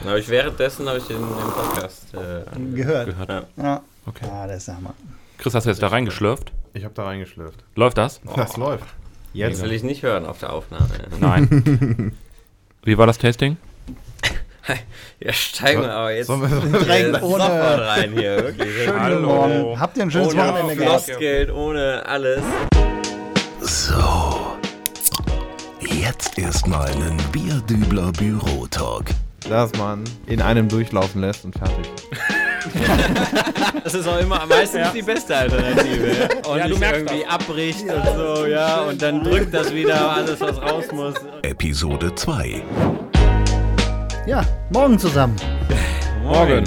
Dann habe ich währenddessen habe ich den, den Podcast äh, Gehört. gehört. ja. Ja. Okay. Ah, das sag mal. Chris, hast du jetzt da reingeschlürft? Ich habe da reingeschlürft. Läuft das? Das läuft. Das will ich nicht hören auf der Aufnahme. Nein. Wie war das Tasting? Ja, steigen wir aber jetzt. Sollen wir- Äh, Direkt sofort ohne, rein hier, wirklich. schönen Hallo. Morgen. Habt ihr ein schönes Ohne Wochenende gehabt? Flossgeld, ohne alles. So. Jetzt erstmal einen Bierdübler Bürotalk. dass man in einem durchlaufen lässt und fertig. Das ist auch immer meistens die beste Alternative. Und Ja, du nicht merkst irgendwie abbricht und so, ja. Und dann drückt das wieder alles, was raus muss. Episode 2. Ja, morgen zusammen. Morgen.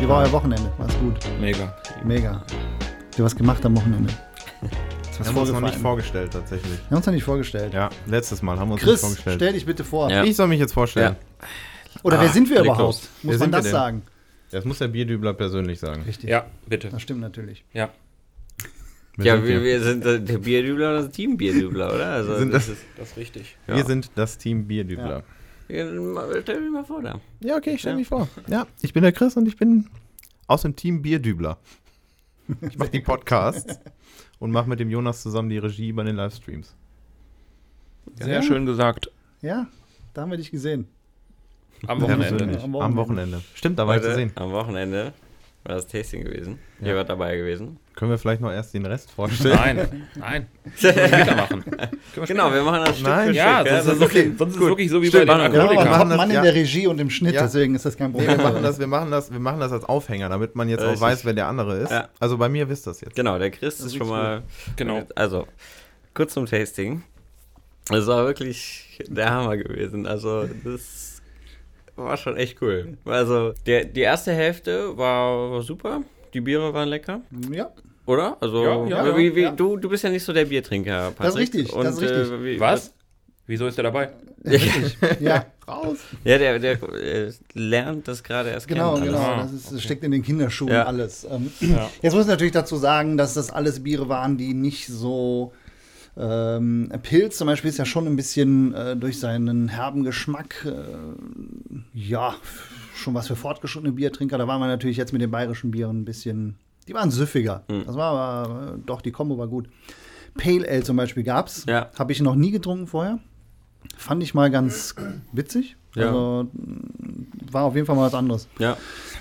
Wie war euer Wochenende? War's gut. Mega. Mega. Habt ihr was gemacht am Wochenende? Das haben wir uns noch nicht vorgestellt, tatsächlich. Wir haben uns noch nicht vorgestellt. Ja, letztes Mal haben wir uns Chris, nicht vorgestellt. stell dich bitte vor. Ja. Ich soll mich jetzt vorstellen. Oder wer sind wir leg überhaupt? los. Muss Wer man sind wir das denn? sagen? Das muss der Bierdübler persönlich sagen. Richtig. Ja, bitte. Das stimmt natürlich. Ja. Ja, wir, sind wir? wir sind äh, der Bierdübler und das Team Bierdübler, oder? Also, Sind das das- ist, Das ist richtig. ja. Wir sind das Team Bierdübler. Ja, mal- Stell dich mal vor da. Ja, okay, ich stell Ja. mich vor. Ja, ich bin der Chris und ich bin aus dem Team Bierdübler. Ich mache die Podcasts und mache mit dem Jonas zusammen die Regie bei den Livestreams. Sehr schön gesagt. Ja, da haben wir dich gesehen. Am Persönlich. Wochenende. Am Am Wochenende. Wochenende. Stimmt, da war ich zu sehen. am Wochenende war das Tasting gewesen. Ja. Ihr wart dabei gewesen. Können wir vielleicht noch erst den Rest vorstellen? Nein, nein. Können wir später machen. Können wir später Genau, wir machen das Stück Nein, für Ja, Stück. Ja, Also sonst, ist es wirklich, sonst ist es wirklich so wie Stimmt, bei den machen wir. Ja, aber Alkoholikern. machen kommt man das- in ja. der Regie und im Schnitt, Ja. deswegen ist das kein Nee, Problem. wir machen das, wir machen das, wir machen das als Aufhänger, damit man jetzt auch Richtig. weiß, wer der andere ist. Ja. Also bei mir wisst ihr das jetzt. Genau, der Chris ist schon mal. Genau. Also, kurz zum Tasting. Das war wirklich der Hammer gewesen. Also, das war schon echt cool. Also, der, die erste Hälfte war, war super. Die Biere waren lecker, Ja, oder? Also, Ja, ja, aber wie, wie, ja. Du, du bist ja nicht so der Biertrinker. Patrick. Das ist richtig, das Und, ist richtig. äh, wie, Was? Wieso ist der dabei? ja, Raus! Ja, der, der äh, lernt das gerade erst genau, kennen. genau. Ah, Das ist, das steckt in den Kinderschuhen Ja. alles. Ähm, Jetzt muss ich natürlich dazu sagen, dass das alles Biere waren, die nicht so. Ähm, Pilz zum Beispiel ist ja schon ein bisschen äh, durch seinen herben Geschmack, äh, ja, schon was für fortgeschrittene Biertrinker. Da waren wir natürlich jetzt mit den bayerischen Bieren ein bisschen, die waren süffiger. Mhm. Das war aber, äh, doch, die Kombo war gut. Pale Ale zum Beispiel gab's. Ja. Habe ich noch nie getrunken vorher. Fand ich mal ganz witzig. Ja. Also mh, war auf jeden Fall mal was anderes. Ja,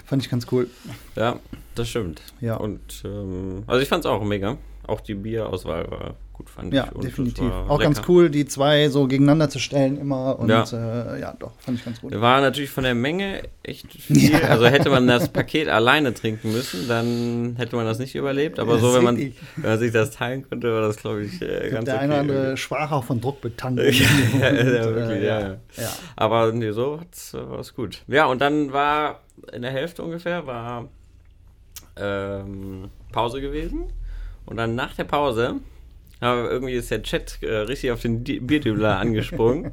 Fand ich ganz cool. ja, das stimmt. Ja. Und ähm, also ich fand's auch mega. Auch die Bierauswahl war gut, fand Ja, ich. Und definitiv. es war Auch ganz lecker. cool, die zwei so gegeneinander zu stellen immer. Und Ja. ja, äh, ja doch, fand ich ganz gut. War natürlich von der Menge echt viel. Also hätte man das Paket alleine trinken müssen, dann hätte man das nicht überlebt. Aber so, wenn man, wenn Richtig. man sich das teilen könnte, war das, glaube ich, äh, Der ganz eine okay. oder andere sprach auch von Druck betankt. Ja, Und, ja, äh, wirklich, ja, ja. ja. Aber nee, so hat's, äh, war's gut. Ja, und dann war in der Hälfte ungefähr war ähm, Pause gewesen. Und dann nach der Pause haben wir irgendwie ist der Chat äh, richtig auf den Di- Bierdübler angesprungen.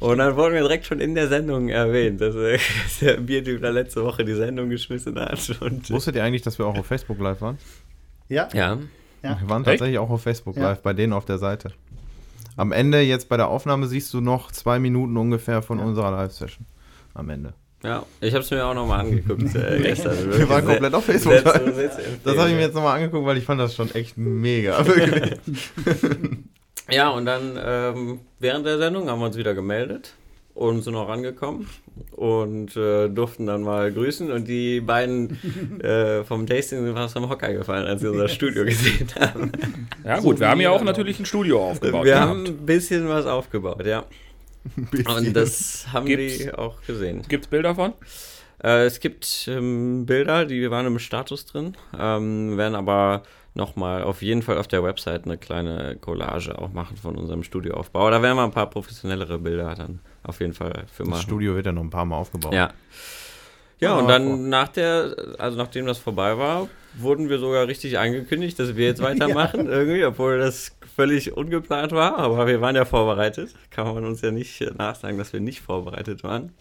und dann wurden wir direkt schon in der Sendung erwähnt, dass, äh, dass der Bierdübler letzte Woche die Sendung geschmissen hat. Und, Wusstet ihr eigentlich, dass wir auch auf Facebook live waren? Ja. Ja. ja. Ja. Wir waren Echt? tatsächlich auch auf Facebook Ja. live, bei denen auf der Seite. Am Ende, jetzt bei der Aufnahme, siehst du noch zwei Minuten ungefähr von unserer Live-Session. Am Ende. Ja, ich habe es mir auch nochmal angeguckt äh, gestern. Wir waren komplett auf Facebook Sehr- live. sehr zu empfehlen. Das habe ich mir jetzt nochmal angeguckt, weil ich fand das schon echt mega. Wirklich. Ja, und dann ähm, während der Sendung haben wir uns wieder gemeldet und sind auch rangekommen und äh, durften dann mal grüßen. Und die beiden äh, vom Tasting sind fast am Hocker gefallen, als sie unser Studio gesehen haben. Ja gut, wir haben ja jeder, auch natürlich ein Studio aufgebaut. ne? wir gehabt. haben ein bisschen was aufgebaut, ja. Und das haben die Gibt's- auch gesehen. Gibt's Bilder von? Äh, es gibt ähm, Bilder, die waren im Status drin, ähm, werden aber nochmal auf jeden Fall auf der Website eine kleine Collage auch machen von unserem Studioaufbau. Da werden wir ein paar professionellere Bilder dann auf jeden Fall für Das machen. Studio wird ja noch ein paar Mal aufgebaut. Ja. Ja, Ja, und aber vor- dann nach der, also nachdem das vorbei war, wurden wir sogar richtig angekündigt, dass wir jetzt weitermachen irgendwie, obwohl das völlig ungeplant war, aber wir waren ja vorbereitet. Kann man uns ja nicht äh, nachsagen, dass wir nicht vorbereitet waren.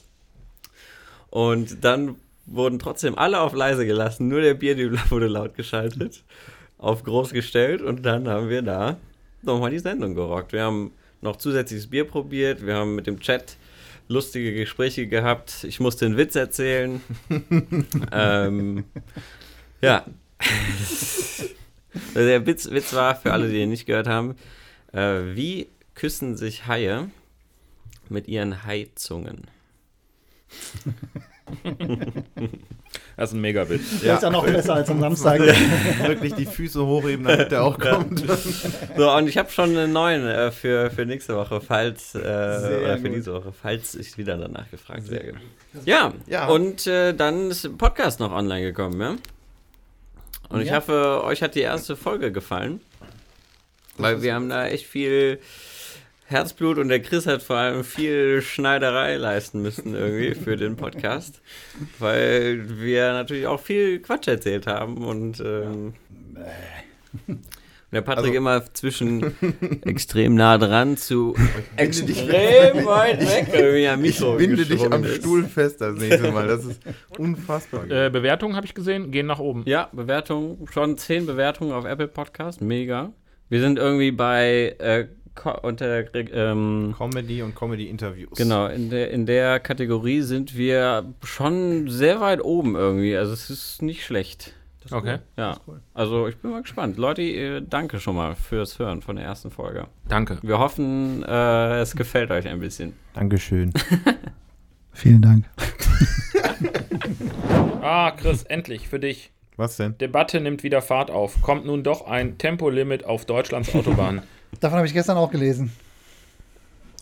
Und dann wurden trotzdem alle auf leise gelassen, nur der Bierdübler wurde laut geschaltet, auf groß gestellt und dann haben wir da nochmal die Sendung gerockt. Wir haben noch zusätzliches Bier probiert, wir haben mit dem Chat lustige Gespräche gehabt. Ich musste einen Witz erzählen. ähm, ja. Der Witz, Witz war, für alle, die ihn nicht gehört haben, äh, wie küssen sich Haie mit ihren Haizungen? Das ist ein Megabit. Das ist ja noch besser als am Samstag. Wirklich die Füße hochheben, damit der auch kommt. So, und ich habe schon einen neuen äh, für, für nächste Woche, falls, äh, oder für gut. diese Woche, falls ich wieder danach gefragt werde. Ja, Ja. und äh, dann ist ein Podcast noch online gekommen, ja? Und ich Ja. hoffe, euch hat die erste Folge gefallen, weil wir haben da echt viel Herzblut und der Chris hat vor allem viel Schneiderei leisten müssen irgendwie für den Podcast, weil wir natürlich auch viel Quatsch erzählt haben und ähm, und der Patrick Also- immer zwischen extrem nah dran zu extrem weit weg. Irgendwie am Mikro Binde dich geschwungen am ist. Stuhl fest das nächste Mal. Das ist unfassbar. Äh, Bewertungen habe ich gesehen, gehen nach oben. Ja, Bewertungen, schon zehn Bewertungen auf Apple Podcast, mega. Wir sind irgendwie bei äh, Ko- unter ähm, Comedy und Comedy-Interviews. Genau, in der, in der Kategorie sind wir schon sehr weit oben irgendwie. Also es ist nicht schlecht. Okay. Ja. Also ich bin mal gespannt. Leute, äh, danke schon mal fürs Hören von der ersten Folge. Danke. Wir hoffen, äh, es gefällt euch ein bisschen. Dankeschön. Vielen Dank. Ah, Chris, endlich für dich. Was denn? Debatte nimmt wieder Fahrt auf. Kommt nun doch ein Tempolimit auf Deutschlands Autobahn. Davon habe ich gestern auch gelesen.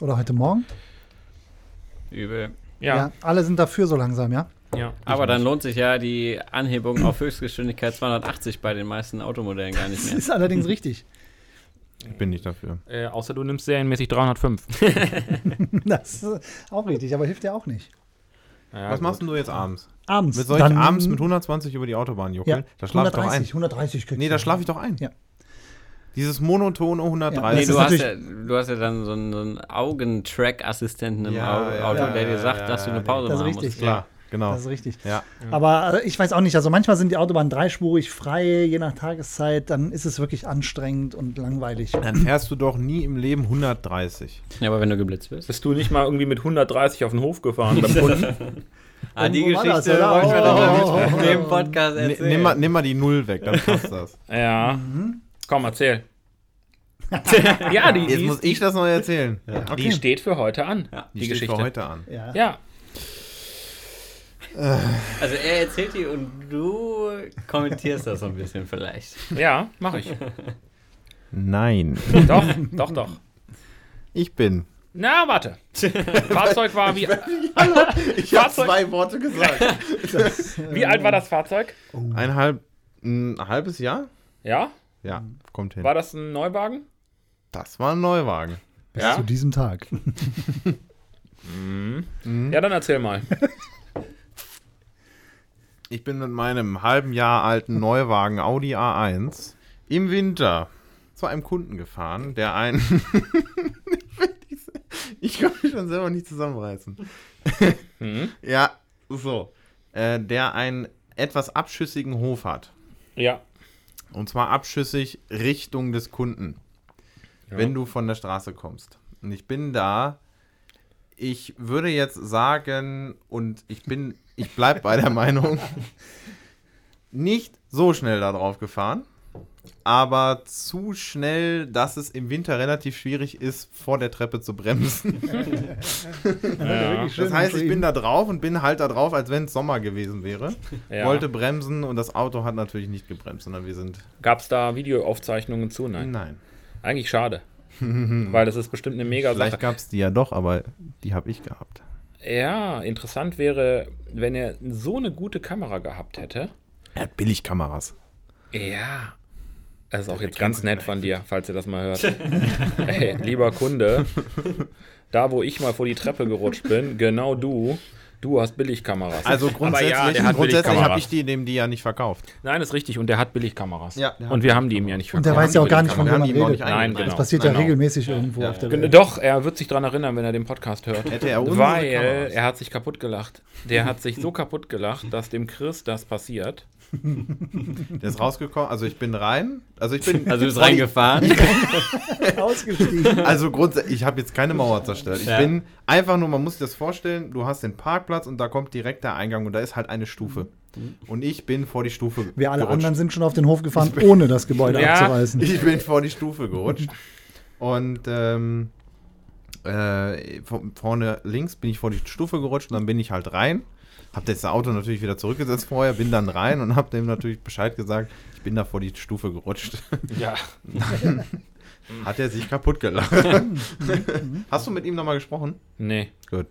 Oder heute Morgen? Übel. Ja, Alle sind dafür so langsam, ja? ja. Aber dann lohnt sich ja die Anhebung auf Höchstgeschwindigkeit 280 bei den meisten Automodellen gar nicht Das mehr. ist allerdings richtig. Ich bin nicht dafür. Äh, außer du nimmst serienmäßig 305. Das ist auch richtig, aber hilft ja auch nicht. Ja, Was gut. machst denn du jetzt abends? Abends. Mit solchen abends mit 120 über die Autobahn juckeln? ja, Da schlaf ich doch 130, ein. 130 kriegst Nee, du. da schlaf ich doch ein. Ja. Dieses monotone Nee, 130. ist du hast, ja, natürlich- du hast ja dann so einen, so einen Augentrack-Assistenten im Ja, Au- ja, Auto, ja, der dir sagt, ja, dass du eine ja, Pause das ist machen richtig. musst. Klar, genau. Das ist richtig. Ja. Aber äh, ich weiß auch nicht, also manchmal sind die Autobahnen dreispurig, frei, je nach Tageszeit, dann ist es wirklich anstrengend und langweilig. Dann fährst du doch nie im Leben 130. Ja, aber wenn du geblitzt wirst. Bist du nicht mal irgendwie mit 130 auf den Hof gefahren beim Kunden? Ah, die Irgendwo war das, Geschichte oder? wollen wir doch Oh. mal mit dem Podcast N erzählen. nimm, mal, nimm mal die Null weg, dann passt das. ja. Komm, erzähl. ja, die, Mhm. Jetzt muss ich das neu erzählen. Die steht für heute an, die, steht Geschichte. für heute an. Ja. Ja, Also er erzählt die und du kommentierst das so ein bisschen vielleicht. ja, mach ich. Nein. Doch, doch, doch. Ich bin. Na, warte. Fahrzeug war wie, Ich hab Fahrzeug- zwei Worte gesagt. wie alt war das Fahrzeug? Ein, halb, ein halbes Jahr? Ja, Ja, kommt hin. war das ein Neuwagen? Das war ein Neuwagen. Bis Ja. zu diesem Tag. Ja, dann erzähl mal. Ich bin mit meinem halben Jahr alten Neuwagen Audi A1 im Winter zu einem Kunden gefahren, der einen. ich kann mich schon selber nicht zusammenreißen. ja, so. Äh, der einen etwas abschüssigen Hof hat. Ja, Und zwar abschüssig Richtung des Kunden, wenn du von der Straße kommst. Und ich bin da, ich würde jetzt sagen, und ich bin, ich bleib bei der Meinung, nicht so schnell da drauf gefahren, aber zu schnell, dass es im Winter relativ schwierig ist, vor der Treppe zu bremsen. ja, Das heißt, ich bin da drauf und bin halt da drauf, als wenn es Sommer gewesen wäre. ja. Wollte bremsen und das Auto hat natürlich nicht gebremst, sondern wir sind. Gab es da Videoaufzeichnungen zu? Nein. Nein. Eigentlich schade. Weil das ist bestimmt eine mega Sache. Vielleicht gab es die ja doch, aber die habe ich gehabt. Ja, interessant wäre, wenn er so eine gute Kamera gehabt hätte. Er hat Billigkameras. Ja. Das ist auch jetzt ganz nett von dir, falls ihr das mal hört. Ey, lieber Kunde, da wo ich mal vor die Treppe gerutscht bin, genau du, Du hast Billigkameras. Also Aber grundsätzlich, ja, der hat grundsätzlich Billigkameras. habe ich die dem die ja nicht verkauft. Nein, ist richtig. Und der hat Billigkameras. Ja, der hat und wir haben die ihm ja nicht Und der verkauft. weiß ja auch gar nicht, von Und wir wem haben man die ihm auch nicht redet. Nein, eingeladen. genau. Das passiert ja Nein, regelmäßig irgendwo Ja, auf der ja. Welt. Doch, er wird sich daran erinnern, wenn er den Podcast hört. Hätte er unsere Weil Kameras. er hat sich kaputt gelacht. Der hat sich so kaputt gelacht, dass dem Chris das passiert. Der ist rausgekommen. Also ich bin rein. Also ich bin. Also du bist reingefahren. Ausgestiegen. Also grundsätzlich, ich habe jetzt keine Mauer zerstört. Ich Ja. bin einfach nur, man muss sich das vorstellen, du hast den Parkplatz und da kommt direkt der Eingang und da ist halt eine Stufe. Und ich bin vor die Stufe Mhm. Wir alle gerutscht. anderen sind schon auf den Hof gefahren, ohne das Gebäude Ja. abzureißen. Ich bin vor die Stufe gerutscht. Und ähm, äh, von- vorne links bin ich vor die Stufe gerutscht und dann bin ich halt rein. Hab das Auto natürlich wieder zurückgesetzt vorher, bin dann rein und hab dem natürlich Bescheid gesagt, ich bin da vor die Stufe gerutscht. Ja. Hat er sich kaputt gelacht. Hast du mit ihm nochmal gesprochen? Nee. Gut.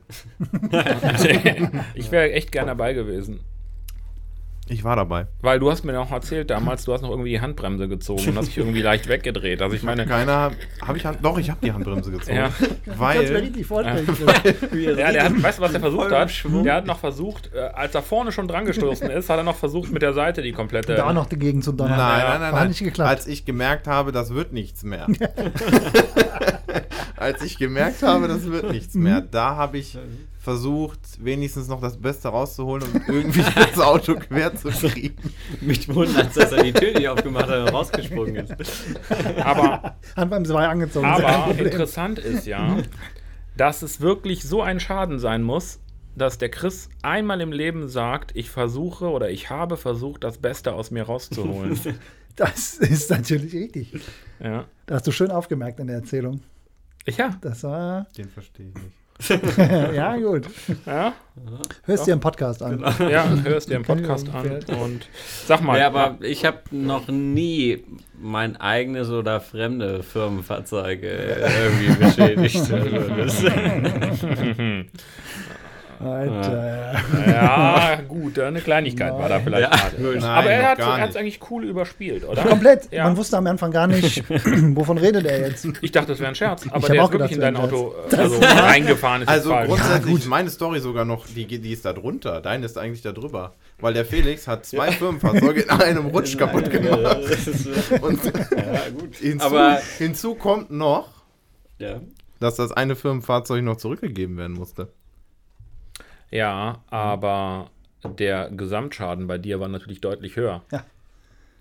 ich wäre echt gern dabei gewesen. Ich war dabei. Weil du hast mir auch erzählt damals, du hast noch irgendwie die Handbremse gezogen und hast dich irgendwie leicht weggedreht. Also ich meine, Keiner. Hab ich Hand, doch, ich habe die Handbremse gezogen. Ja. Kannst du mir Weil. richtig vorstellen. ja, der hat, weißt du, was er versucht Voll im Schwung. hat? Der hat noch versucht, äh, als er vorne schon dran gestoßen ist, hat er noch versucht, mit der Seite die komplette. Da noch dagegen zu donnern. Nein, nein, nein, Hat nein. nicht geklappt. Als ich gemerkt habe, das wird nichts mehr. Als ich gemerkt habe, das wird nichts mehr, Mhm. da habe ich versucht, wenigstens noch das Beste rauszuholen und irgendwie das Auto quer zu kriegen. Mich wundert, dass er die Tür nicht aufgemacht hat und rausgesprungen ist. aber Hat beim zwei angezogen. aber interessant ist ja, dass es wirklich so ein Schaden sein muss, dass der Chris einmal im Leben sagt, ich versuche oder ich habe versucht, das Beste aus mir rauszuholen. Das ist natürlich richtig. ja. Da hast du schön aufgemerkt in der Erzählung. Ja, Das war. Den verstehe ich nicht. ja, gut. ja, Hörst dir einen Podcast an. Genau. ja, hörst dir im Podcast an und sag mal, Ja, aber ich habe noch nie mein eigenes oder fremde Firmenfahrzeug äh, irgendwie beschädigt. Also das Alter. ja, gut, eine Kleinigkeit war da vielleicht ja, gerade. gut. Nein, Aber er gar hat es nicht. eigentlich cool überspielt, oder? Komplett. Ja. Man wusste am Anfang gar nicht, wovon redet er jetzt. Ich dachte, das wäre ein Scherz, aber hab der auch ist wirklich gedacht, in dein das wär ein Auto äh, also reingefahren. Ist Also jetzt falsch. grundsätzlich, meine Story sogar noch, die, geht- die ist da drunter. Deine ist eigentlich da drüber. Weil der Felix hat zwei Firmenfahrzeuge in einem Rutsch kaputt gemacht. Das ist, äh, Und ja, gut. hinzu, Aber- hinzu kommt noch, Ja. dass das eine Firmenfahrzeug noch zurückgegeben werden musste. Ja, aber der Gesamtschaden bei dir war natürlich deutlich höher. Ja.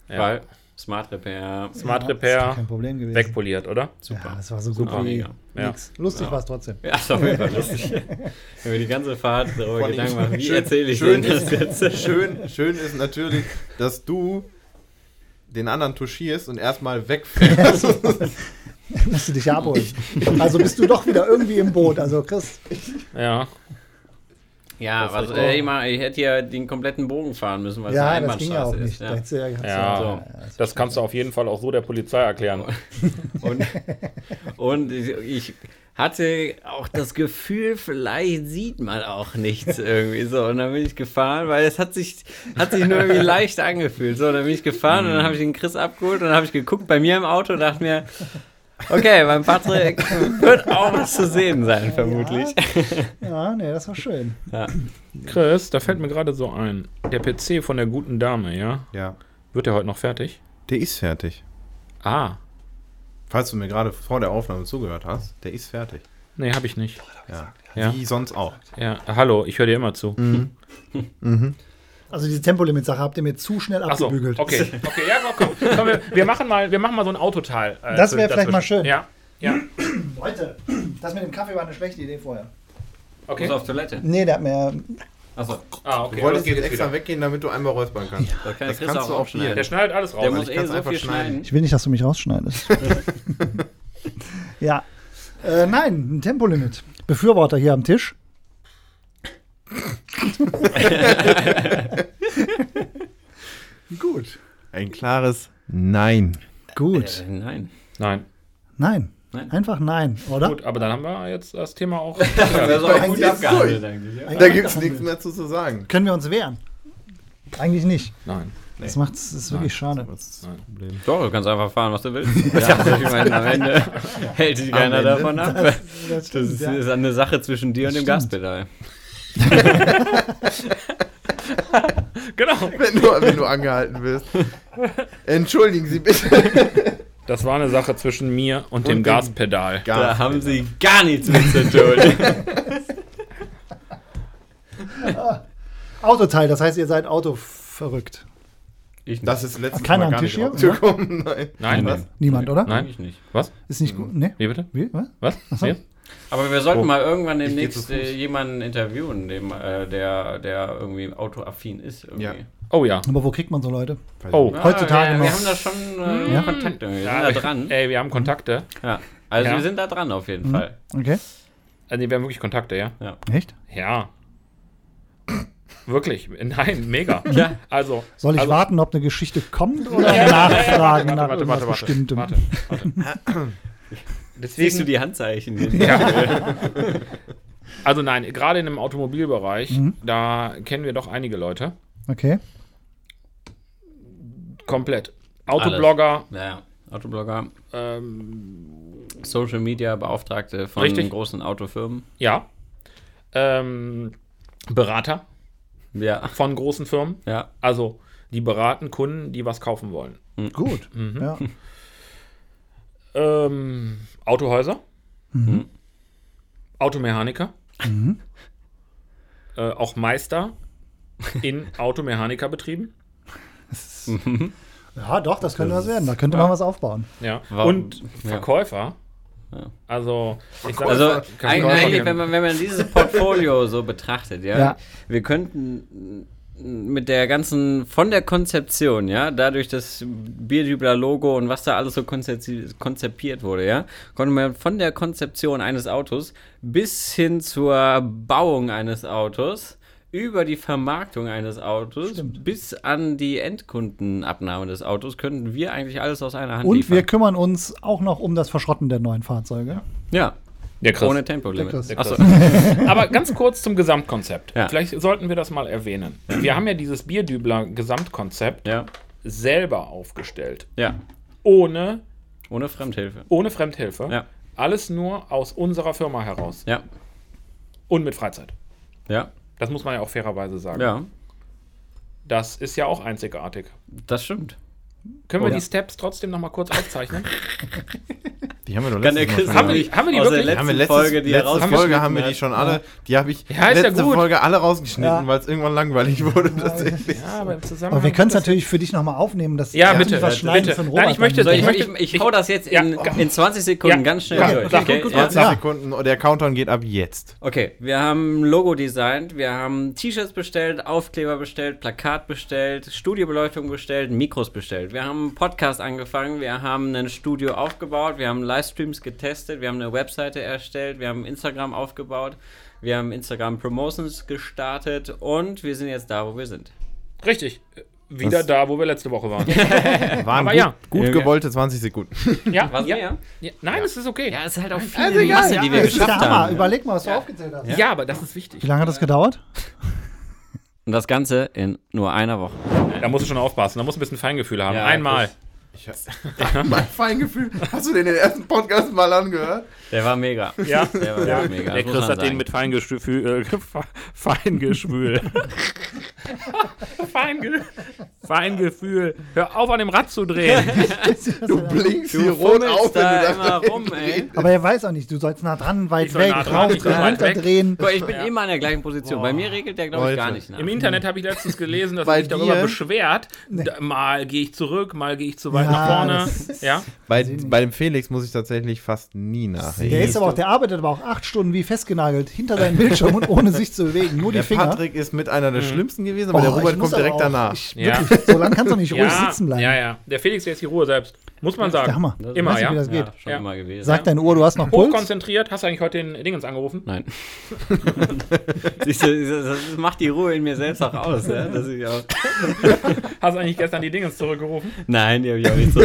Ja. Weil Smart Repair. Smart Das ist Repair kein Problem gewesen. wegpoliert, oder? Ja, das war so gut Super. wie Mega. Ja. nix. Lustig war es trotzdem. Ja, ist auf jeden Fall lustig. Wenn wir die ganze Fahrt darüber Vor Gedanken allem machen, wie schön- erzähle ich schön denn das ist- jetzt? Schön, schön ist natürlich, dass du den anderen touchierst und erstmal wegfährst. Musst du dich ja abholen. Also bist du doch wieder irgendwie im Boot. Also Chris, Ja. Ja, also ey, mal, ich hätte ja den kompletten Bogen fahren müssen, weil ja, es eine das ging ja Also auch Einbahnstraße nicht. ist. Da hättest du Ja. gehabt. Ja. So. Das kannst du auf jeden Fall auch so der Polizei erklären. Und, und ich hatte auch das Gefühl, vielleicht sieht man auch nichts irgendwie so. Und dann bin ich gefahren, weil es hat sich, hat sich nur irgendwie leicht angefühlt. So, dann bin ich gefahren und dann habe ich den Chris abgeholt und dann habe ich geguckt bei mir im Auto und dachte mir, okay, beim Patrick wird auch was zu sehen sein, vermutlich. ja, nee, das war schön. Chris, da fällt mir gerade so ein. Der PC von der guten Dame, ja? Ja, Wird der heute noch fertig? der ist fertig. Ah. Falls du mir gerade vor der Aufnahme zugehört hast, der ist fertig. Nee, hab ich nicht. Ja. Ja. Wie sonst auch. Ja, hallo, ich höre dir immer zu. Mhm. Also diese Tempolimit-Sache habt ihr mir zu schnell Achso, okay. abgebügelt. Okay, ja, komm, komm. komm wir, wir, machen mal, wir machen mal so ein Autoteil. äh, Das wär dazwischen. vielleicht mal schön. Ja, ja. Leute, das mit dem Kaffee war eine schlechte Idee vorher. Muss Okay. auf Toilette. Nee, der hat mir. Achso, Ah, Du okay. wolltest das geht jetzt extra wieder. weggehen, damit du einmal räuspern kannst. da kann Das Chris kannst du auch aufschneiden. Der schneidet alles raus. Der muss ich eh kann's so einfach viel schneiden. schneiden. Ich will nicht, dass du mich rausschneidest. ja. Äh, nein, ein Tempolimit. Befürworter hier am Tisch. Gut. Ein klares Nein. Gut. Äh, nein. Nein. Nein. Nein. Einfach nein, oder? Gut, aber dann haben wir jetzt das Thema auch. Das ist auch gut Eigentlich ist abgehandelt eigentlich. Ja. Äh, Da gibt es nichts mehr zu, zu sagen. Können wir uns wehren? Eigentlich nicht. Nein. Das macht es ist wirklich schade. Das ist das Problem. Doch, du kannst einfach fahren, was du willst. Ja, ich meine, am Ende hält sich keiner Ende. davon ab. Das Das ist stimmt, ja. eine Sache zwischen dir und dem Stimmt. Gaspedal. Genau. wenn du, wenn du angehalten wirst. Entschuldigen Sie bitte. Das war eine Sache zwischen mir und, dem dem- Gaspedal. Da haben sie gar nichts mit zu tun. Autoteil, das heißt, ihr seid autoverrückt. Ich Das ist letztes Keiner Mal am gar Tisch nicht hier? aufgekommen. Nein. Nein, Nein. was? Niemand, oder? Nein. Mhm. Eigentlich nicht. Was? Ist nicht gut. Nee. Wie bitte? Wie? Was? Was? Hier? Aber wir sollten Oh. mal irgendwann geh demnächst zu Fuß. äh, jemanden interviewen, dem, äh, der, der irgendwie autoaffin ist. Irgendwie. Ja. Oh ja. Aber wo kriegt man so Leute? Oh. Ah, Heutzutage wir, noch. wir haben da schon äh, Ja. Kontakt irgendwie. Wir Ja, sind da dran. Ey, wir haben Kontakte. Ja. Also Ja. wir sind da dran auf Mhm. jeden Fall. Okay. Also, nee, wir haben wirklich Kontakte, ja? Echt? Ja. Wirklich. Nein, mega. Ja. Also, Soll ich also, warten, ob eine Geschichte kommt oder nachfragen nach irgendwas Bestimmtem? Warte, warte. Siehst du Deswegen, die Handzeichen? also nein, gerade in dem Automobilbereich, Mhm. da kennen wir doch einige Leute. Okay. Komplett. Autoblogger, Naja, Autoblogger, ähm, Social Media Beauftragte von Richtig. großen Autofirmen. ja. Ähm, Berater Ja, von großen Firmen. ja. Also, die beraten Kunden, die was kaufen wollen. Gut. Mhm. Ja. Ähm, Autohäuser. Mhm. Automechaniker. Äh, auch Meister in Automechanikerbetrieben. ja, doch, das könnte was werden. Da könnte man was aufbauen. Ja. Warum? Und Ja. Verkäufer. Ja. Also, ich sag, Also mal, eig- eigentlich, wenn man, wenn man dieses Portfolio so betrachtet, ja, Ja. wir könnten mit der ganzen, von der Konzeption, ja, dadurch das Bierdübler-Logo und was da alles so konzepti- konzipiert wurde, ja, konnte man von der Konzeption eines Autos bis hin zur Bauung eines Autos über die Vermarktung eines Autos bis an die Endkundenabnahme des Autos könnten wir eigentlich alles aus einer Hand Und wir liefern. kümmern uns auch noch um das Verschrotten der neuen Fahrzeuge. ja, der ohne Chris. Tempolimit. Der Chris. Der Achso, Aber ganz kurz zum Gesamtkonzept. Ja. Vielleicht sollten wir das mal erwähnen. Wir haben ja dieses Bierdübler-Gesamtkonzept ja, selber aufgestellt. ja, Ohne, ohne Fremdhilfe. ohne Fremdhilfe. Ja. Alles nur aus unserer Firma heraus. Ja, Und mit Freizeit. ja, Das muss man ja auch fairerweise sagen. ja, Das ist ja auch einzigartig. das stimmt. Können wir Oh Ja. die Steps trotzdem nochmal kurz aufzeichnen? Die haben wir doch letztes Mal schon Haben wir gehabt. die- haben wir die aus der wirklich? letzten haben wir letztes, Folge, die er letzte Folge haben wir die rausgeschnitten schon alle. Die habe ich Ja, ist ja letzte gut. Folge alle rausgeschnitten, Ja. weil es irgendwann langweilig wurde. tatsächlich. ja, aber im Zusammenhang. Aber wir können es das- natürlich für dich nochmal aufnehmen. Das Ja, das bitte. Äh, was schneiden bitte. für den Nein, ich Robert möchte, dann. hat. ich So, ich, möchte. ich, ich hau das jetzt in, Ja. in 20 Sekunden Ja. ganz schnell Ja. durch. Ja. Okay? Gut, gut, Ja. gut. 20 Ja. Sekunden und der Countdown geht ab jetzt. okay, wir haben ein Logo designt, wir haben T-Shirts bestellt, Aufkleber bestellt, Plakat bestellt, Studiobeleuchtung bestellt, Mikros bestellt. Wir haben einen Podcast angefangen, wir haben ein Studio aufgebaut, wir haben Livestreams getestet, wir haben eine Webseite erstellt, wir haben Instagram aufgebaut, wir haben Instagram Promotions gestartet und wir sind jetzt da, wo wir sind. Richtig. Äh, Wieder Das- da, wo wir letzte Woche waren. Waren Aber gut, ja. gut Ja. gewollte 20 Sekunden. ja, Was ja, mehr? ja. Nein, es ist okay. Ja, Ja. es ist halt auch viel Masse, die wir das ist geschafft der Hammer. haben. Überleg mal, was du aufgezählt hast. aber das ist wichtig. Wie lange hat das gedauert? Und das Ganze in nur einer Woche. Da musst du schon aufpassen. Da musst du ein bisschen Feingefühl haben. Ja, Einmal. Ich hab- mein Feingefühl. Hast du den, den ersten Podcast mal angehört? Der war mega. Ja. Der war Ja. mega. das Der muss Chris man hat den sagen. mit Feingeschwül. Äh, Fe- Feingeschwül. Feinge Feingefühl. Hör auf, an dem Rad zu drehen. Du blinkst hier rot fummelst auf, wenn da du das immer rum, ey. Aber er weiß auch nicht, du sollst nah dran, weit Ich soll weg, nah dran, ich soll weit weg. runterdrehen. Guck, ich bin immer in der gleichen Position. Bei mir regelt der, glaube ich, gar nicht nach. Im Internet habe ich letztens gelesen, dass Bei sich darüber dir? beschwert. Da, mal gehe ich zurück, mal gehe ich zu weit Ja, nach vorne. das- Ja. Bei, bei dem Felix muss ich tatsächlich fast nie nachreden. Der ist aber auch, der arbeitet aber auch acht Stunden wie festgenagelt hinter seinem Bildschirm und ohne sich zu bewegen. Nur die Der Finger. Patrick ist mit einer Mhm. der schlimmsten gewesen, aber der Oh, ich Robert muss kommt direkt aber auch- danach. Ich, Ja. wirklich, so lange kannst du nicht ruhig sitzen bleiben. Ja, ja. Der Felix lässt die Ruhe selbst. Muss man sagen. Der Hammer. Immer, Weiß nicht, ja. wie das geht. ja, schon Ja. immer gewesen. Sag deine Uhr, du hast noch Puls. Hochkonzentriert. Hast du eigentlich heute den Dingens angerufen? Nein. Siehst du, das macht die Ruhe in mir selbst auch aus. Ja? Dass ich auch Hast du eigentlich gestern die Dingens zurückgerufen? Nein, die habe ich auch nicht so.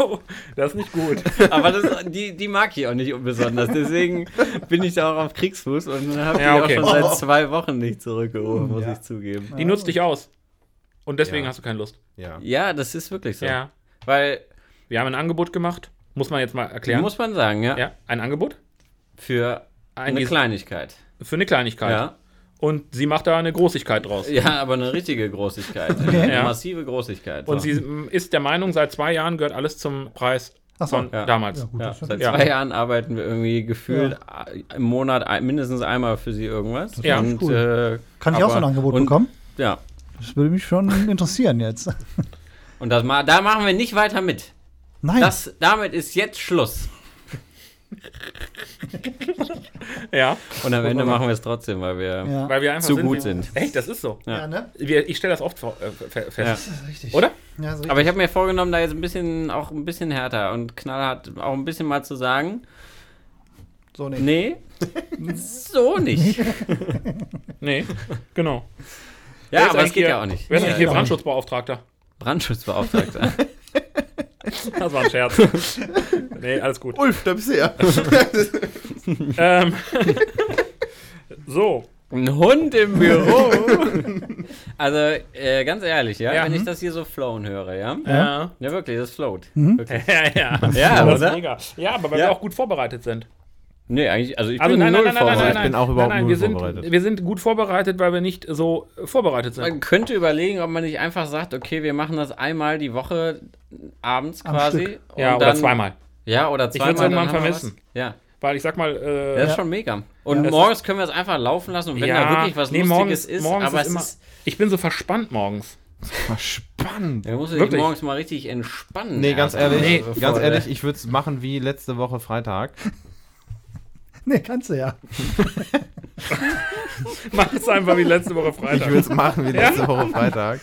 Oh, das ist nicht gut. Aber das, die, die mag ich auch nicht besonders. Deswegen bin ich da auch auf Kriegsfuß und habe Ja, die okay. Oh. auch schon seit zwei Wochen nicht zurückgerufen, muss ich zugeben. Die nutzt dich aus. Und deswegen Ja. hast du keine Lust. Ja. Ja, das ist wirklich so. Ja. Weil, Wir haben ein Angebot gemacht. Muss man jetzt mal erklären. muss man sagen, ja, ja, ein Angebot? für Ein eine Des- Kleinigkeit. Für eine Kleinigkeit. Ja. Und sie macht da eine Großigkeit draus. ja, aber eine richtige Großigkeit. Eine Ja. massive Großigkeit. Und So. sie mm, ist der Meinung, seit zwei Jahren gehört alles zum Preis so, von ja. damals. ja, seit Ja. zwei Jahren arbeiten wir irgendwie gefühlt a- im Monat ein, mindestens einmal für sie irgendwas. Ja. und, äh, cool. Kann ich auch aber- so ein Angebot und, bekommen? Ja. Das würde mich schon interessieren jetzt. Und das ma da machen wir nicht weiter mit. Nein, Das, damit ist jetzt Schluss. Ja, Und am Ende machen wir es trotzdem, weil wir Ja. weil wir einfach zu sind, gut wie- sind. Echt, das ist so. Ja. ja, ne? Wir, ich stelle das oft vor, äh, fe- fest. Richtig. Oder? Ja, so richtig. Aber ich habe mir vorgenommen, da jetzt ein bisschen, auch ein bisschen härter und knallhart auch ein bisschen mal zu sagen, so nicht. nee, so nicht. Nee, genau. Wer Ja, ist aber es eigentlich geht hier- ja auch nicht. Wer ist Ja, eigentlich hier ja. Brandschutzbeauftragter? Brandschutzbeauftragter. Das war ein Scherz. nee, alles gut. Ulf, da bist du ja. Ähm, so, Ein Hund im Büro. also, äh, ganz ehrlich, ja, Ja, wenn hm. ich das hier so flown höre, ja. ja. Mhm. Ja, wirklich, das float. Wirklich. Ja, ja. Ja, das oder? ist mega. Ja, aber weil Ja. wir auch gut vorbereitet sind. Nee, eigentlich, also ich Also bin nein, nein, null nein, nein, nein, nein, vorbereitet. nein. Ich bin auch überhaupt nein, nein, null wir sind, vorbereitet. Wir sind gut vorbereitet, weil wir nicht so äh, vorbereitet Man sind. könnte überlegen, ob man nicht einfach sagt, okay, wir machen das einmal die Woche abends Am quasi. Stück. und Ja, oder dann- zweimal. Ja, oder Ich zweimal. würd's irgendwann dann haben wir was. vermissen. Ja, Weil ich sag mal, äh, das ist schon mega. Und Ja. morgens können wir es einfach laufen lassen und wenn da wirklich was nee, Lustiges morgens, ist, morgens aber ist es immer, ist. ich bin so verspannt morgens. Spannend. Da musst du dich Wirklich. morgens mal richtig entspannen. Nee, ganz Alter. ehrlich, Nee, ganz voll, ehrlich, ich würde es machen wie letzte Woche Freitag. Nee, kannst du ja. Mach es einfach wie letzte Woche Ich Freitag. würde es machen wie letzte Woche Freitag.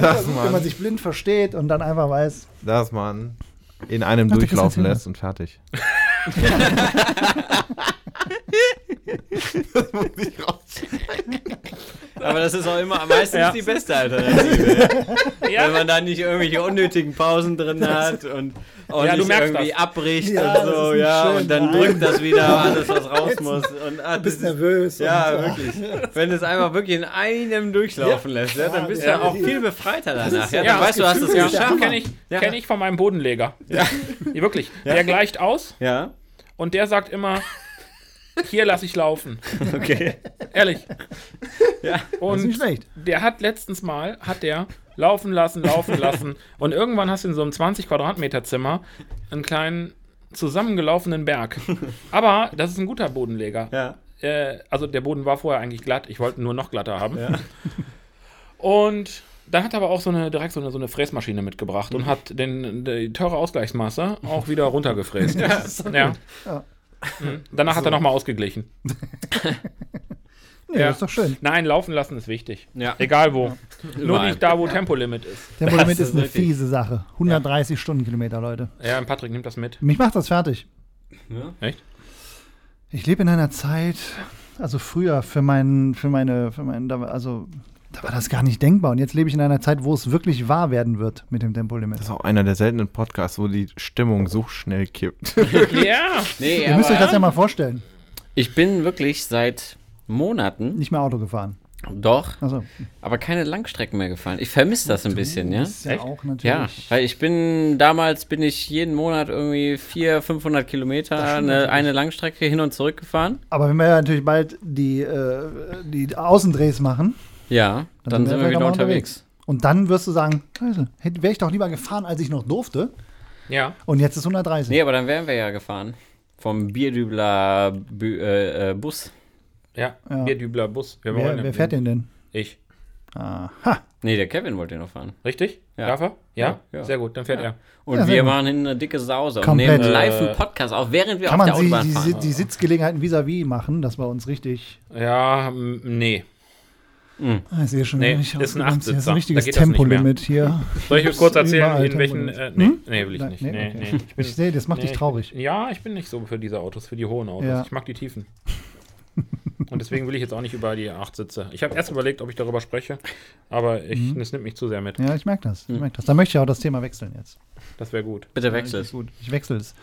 Dass Wenn man man, sich blind versteht und dann einfach weiß, dass man in einem Ach, du kannst durchlaufen erzählen. lässt und fertig. das muss ich raus. Aber das ist auch immer am meisten Ja. die beste Alternative. Ja. Wenn man da nicht irgendwelche unnötigen Pausen drin hat und auch Ja, du nicht merkst irgendwie das. abbricht Ja, und das so, ist nicht ja, schön, und dann nein. drückt das wieder alles, was raus muss. Und, ah, bist das ist- nervös. Ja, und, wirklich. Wenn du es einfach wirklich in einem durchlaufen lässt, ja, dann bist Ja. du auch viel befreiter danach. Ja, ja dann das weißt du, hast es Ja, geschafft. kenne ich, Ja. kenn ich von meinem Bodenleger. Ja. Wirklich. Der gleicht aus Ja, und der sagt immer, hier lasse ich laufen. okay. Ehrlich. Ja. Das ist nicht Und schlecht. der hat letztens mal, hat der laufen lassen, laufen lassen. Und irgendwann hast du in so einem 20 Quadratmeter Zimmer einen kleinen zusammengelaufenen Berg. Aber das ist ein guter Bodenleger. Ja. Äh, also der Boden war vorher eigentlich glatt. Ich wollte ihn nur noch glatter haben. Und dann hat er aber auch so eine, direkt so eine, so eine Fräsmaschine mitgebracht und hat den, die teure Ausgleichsmasse auch wieder runtergefräst. ja. Ja. Mhm. Danach hat er nochmal ausgeglichen. Nee, Ja. das ist doch schön. Nein, laufen lassen ist wichtig. Ja. Egal wo. Nur Überall. nicht da, wo Tempolimit ist. Das Tempolimit ist, ist eine richtig. fiese Sache. 130 Stundenkilometer, Leute. Ja, und Patrick nimmt das mit. Mich macht das fertig. Echt? Ich lebe in einer Zeit, also früher für meinen, für meine, für meinen, da war- also da war das gar nicht denkbar. Und jetzt lebe ich in einer Zeit, wo es wirklich wahr werden wird mit dem Tempolimit. Das ist auch einer der seltenen Podcasts, wo die Stimmung so schnell kippt. Ja! Nee, Ihr müsst euch das aber ja mal vorstellen. ich bin wirklich seit Monaten, Nicht mehr Auto gefahren. doch, Also aber keine Langstrecken mehr gefahren. Ich vermisse das ein bisschen, ja. ist ja Echt? auch Ja, natürlich. weil ich bin, damals bin ich jeden Monat irgendwie 400, 500 Kilometer eine, eine Langstrecke hin und zurück gefahren. Aber wenn wir ja natürlich bald die, äh, die Außendrehs machen Ja, dann, Dann sind sind wir wir vielleicht wieder mal unterwegs. und dann wirst du sagen, wäre ich doch lieber gefahren, als ich noch durfte. Ja. Und jetzt ist 130. Nee, aber dann wären wir ja gefahren. Vom Bierdübler Bü äh, äh, Bus. Ja. Ja. Bierdübler Bus. Wir wer, wer fährt den denn? Ich. Aha. Nee, der Kevin wollte noch fahren. Richtig? Ja. Darf er? Ja? Ja, ja. Sehr gut, dann fährt er. Und Ja, sehr wir gut. waren hinten eine dicke Sause und Komplett. nehmen live einen Äh, Podcast auf, während wir Kann auf man der sie, Autobahn die, fahren. die, die Sitzgelegenheiten vis-à-vis machen, dass wir uns richtig. Ja, m- nee. Ah, ich sehe schon, Nee, ich ist ein das ist Achtsitzer. ein Da richtiges geht das nicht mehr. Tempolimit hier. Soll ich euch kurz erzählen, Überall in welchen. Tempolimit. Hm? Äh, nee, nee, will ich Nein, nicht. nee, Nee, nee, okay. Ich bin, Ich sehe, das macht nee, dich traurig. Ich, ja, ich bin nicht so für diese Autos, für die hohen Autos. Ja. Ich mag die tiefen. Und deswegen will ich jetzt auch nicht über die 8 sitze. Ich habe erst überlegt, ob ich darüber spreche, aber ich, das nimmt mich zu sehr mit. Mhm. Ja, ich merke das. Hm. Ich merk das. Da möchte ich auch das Thema wechseln jetzt. Das wäre gut. Bitte wechselst. Gut, ich wechsle es.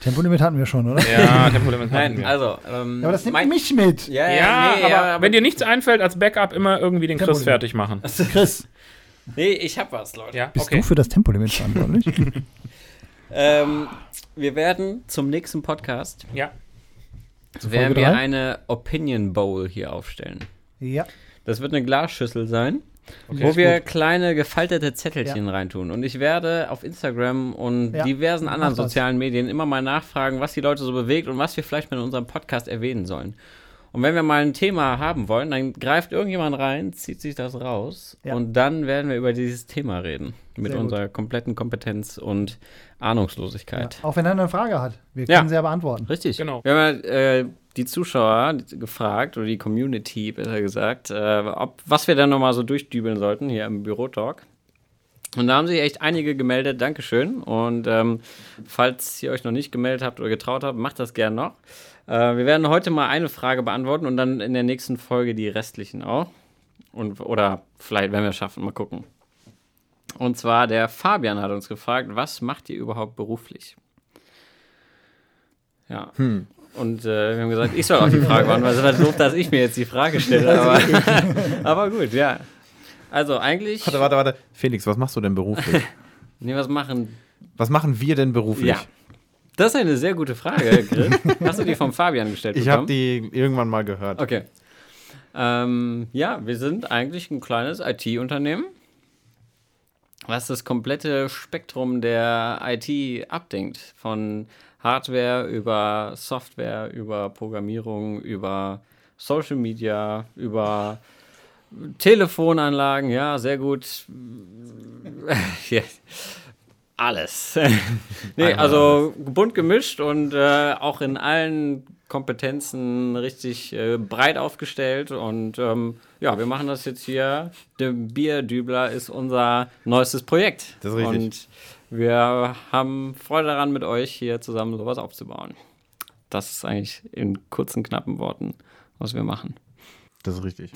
Tempolimit hatten wir schon, oder? Ja, Tempolimit hatten Nein, wir. also. Ähm, Aber das nimmt mein- mich mit. Ja, Ja, ja, nee, aber, ja, aber wenn dir nichts einfällt, als Backup immer irgendwie den Chris Tempolimit. fertig machen. Chris, nee, ich hab was, Leute. Ja, bist du für das Tempolimit verantwortlich? Ähm, wir werden zum nächsten Podcast Ja, werden Folge wir drei? eine Opinion Bowl hier aufstellen. Ja. Das wird eine Glasschüssel sein, wo wir kleine gefaltete Zettelchen reintun. Und ich werde auf Instagram und Ja, diversen mach anderen das. sozialen Medien immer mal nachfragen, was die Leute so bewegt und was wir vielleicht mal in unserem Podcast erwähnen sollen. Und wenn wir mal ein Thema haben wollen, dann greift irgendjemand rein, zieht sich das raus Ja. und dann werden wir über dieses Thema reden. Mit Sehr gut. unserer kompletten Kompetenz und Ahnungslosigkeit. Auch wenn er eine Frage hat. Wir Ja. können sie ja beantworten. Richtig. Genau. Wir haben ja, äh, die Zuschauer gefragt, oder die Community besser gesagt, äh, ob, was wir dann nochmal so durchdübeln sollten hier im Bürotalk. Und da haben sich echt einige gemeldet, Dankeschön. Und ähm, falls ihr euch noch nicht gemeldet habt oder getraut habt, macht das gern noch. Äh, wir werden heute mal eine Frage beantworten und dann in der nächsten Folge die restlichen auch. Und, oder vielleicht, wenn wir es schaffen, mal gucken. Und zwar der Fabian hat uns gefragt, was macht ihr überhaupt beruflich? Ja. Hm. Und äh, wir haben gesagt, ich soll auch die Frage beantworten. weil Es war doof, dass ich mir jetzt die Frage stelle. Aber, aber gut, ja. Also eigentlich. Warte, warte, warte. Felix, was machst du denn beruflich? Nee, was machen? was machen wir denn beruflich? Ja. Das ist eine sehr gute Frage, Chris. Hast du die vom Fabian gestellt Ich bekommen? habe die irgendwann mal gehört. Okay. Ähm, ja, wir sind eigentlich ein kleines IT-Unternehmen, was das komplette Spektrum der IT abdenkt. Von Hardware über Software, über Programmierung, über Social Media, über Telefonanlagen, ja, sehr gut. ja. Alles. nee, also bunt gemischt und äh, auch in allen Kompetenzen richtig äh, breit aufgestellt. Und ähm, ja, wir machen das jetzt hier. Der Bierdübler ist unser neuestes Projekt. Das ist richtig. Und wir haben Freude daran, mit euch hier zusammen sowas aufzubauen. Das ist eigentlich in kurzen, knappen Worten, was wir machen. Das ist richtig.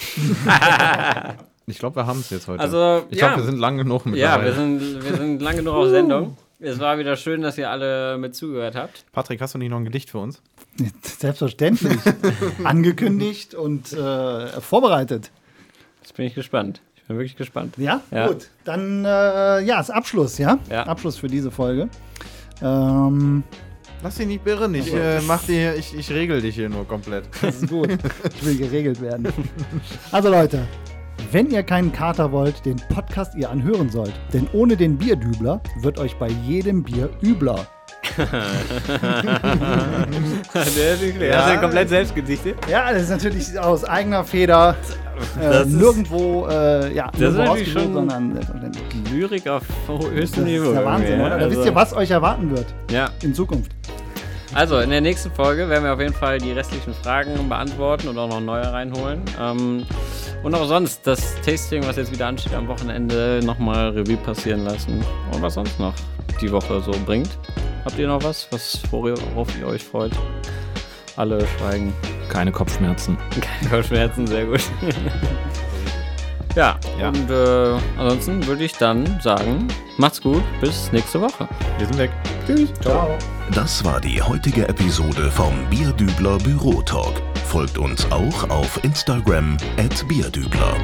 ich glaube, wir haben es jetzt heute. Also, ich ja. glaube, wir sind lang genug mit Ja, wir sind, wir sind lang genug auf Sendung. Es war wieder schön, dass ihr alle mit zugehört habt. Patrick, hast du nicht noch ein Gedicht für uns? Selbstverständlich. Angekündigt und äh, vorbereitet. Jetzt bin ich gespannt. Ich bin wirklich gespannt. Ja? Ja. Gut. Dann, äh, ja, ist Abschluss, ja? Ja. Abschluss für diese Folge. Ähm, Lass dich nicht birren. Ich, äh, mach dir, ich, ich regel dich hier nur komplett. das ist gut. ich will geregelt werden. Also, Leute. Wenn ihr keinen Kater wollt, den Podcast ihr anhören sollt. Denn ohne den Bierdübler wird euch bei jedem Bier übler. Ja. Hast du komplett selbst gedichtet? Ja, das ist natürlich aus eigener Feder. Äh, ist- nirgendwo, äh, ja, das nirgendwo natürlich ausgewählt, schon- sondern selbstverständlich. Lyrik auf höchstem Das Niveau. ist der Wahnsinn, irgendwie, oder? Da Also, wisst ihr, was euch erwarten wird Ja. in Zukunft. Also, in der nächsten Folge werden wir auf jeden Fall die restlichen Fragen beantworten und auch noch neue reinholen. Ähm, und auch sonst das Tasting, was jetzt wieder ansteht am Wochenende, nochmal Revue passieren lassen. Und was sonst noch die Woche so bringt. Habt ihr noch was, was worauf ihr euch freut? Alle schweigen. Keine Kopfschmerzen. Keine Kopfschmerzen, sehr gut. ja, Ja. und äh, ansonsten würde ich dann sagen, macht's gut, bis nächste Woche. Wir sind weg. Das war die heutige Episode vom Bierdübler Bürotalk. Folgt uns auch auf Instagram at Bierdübler.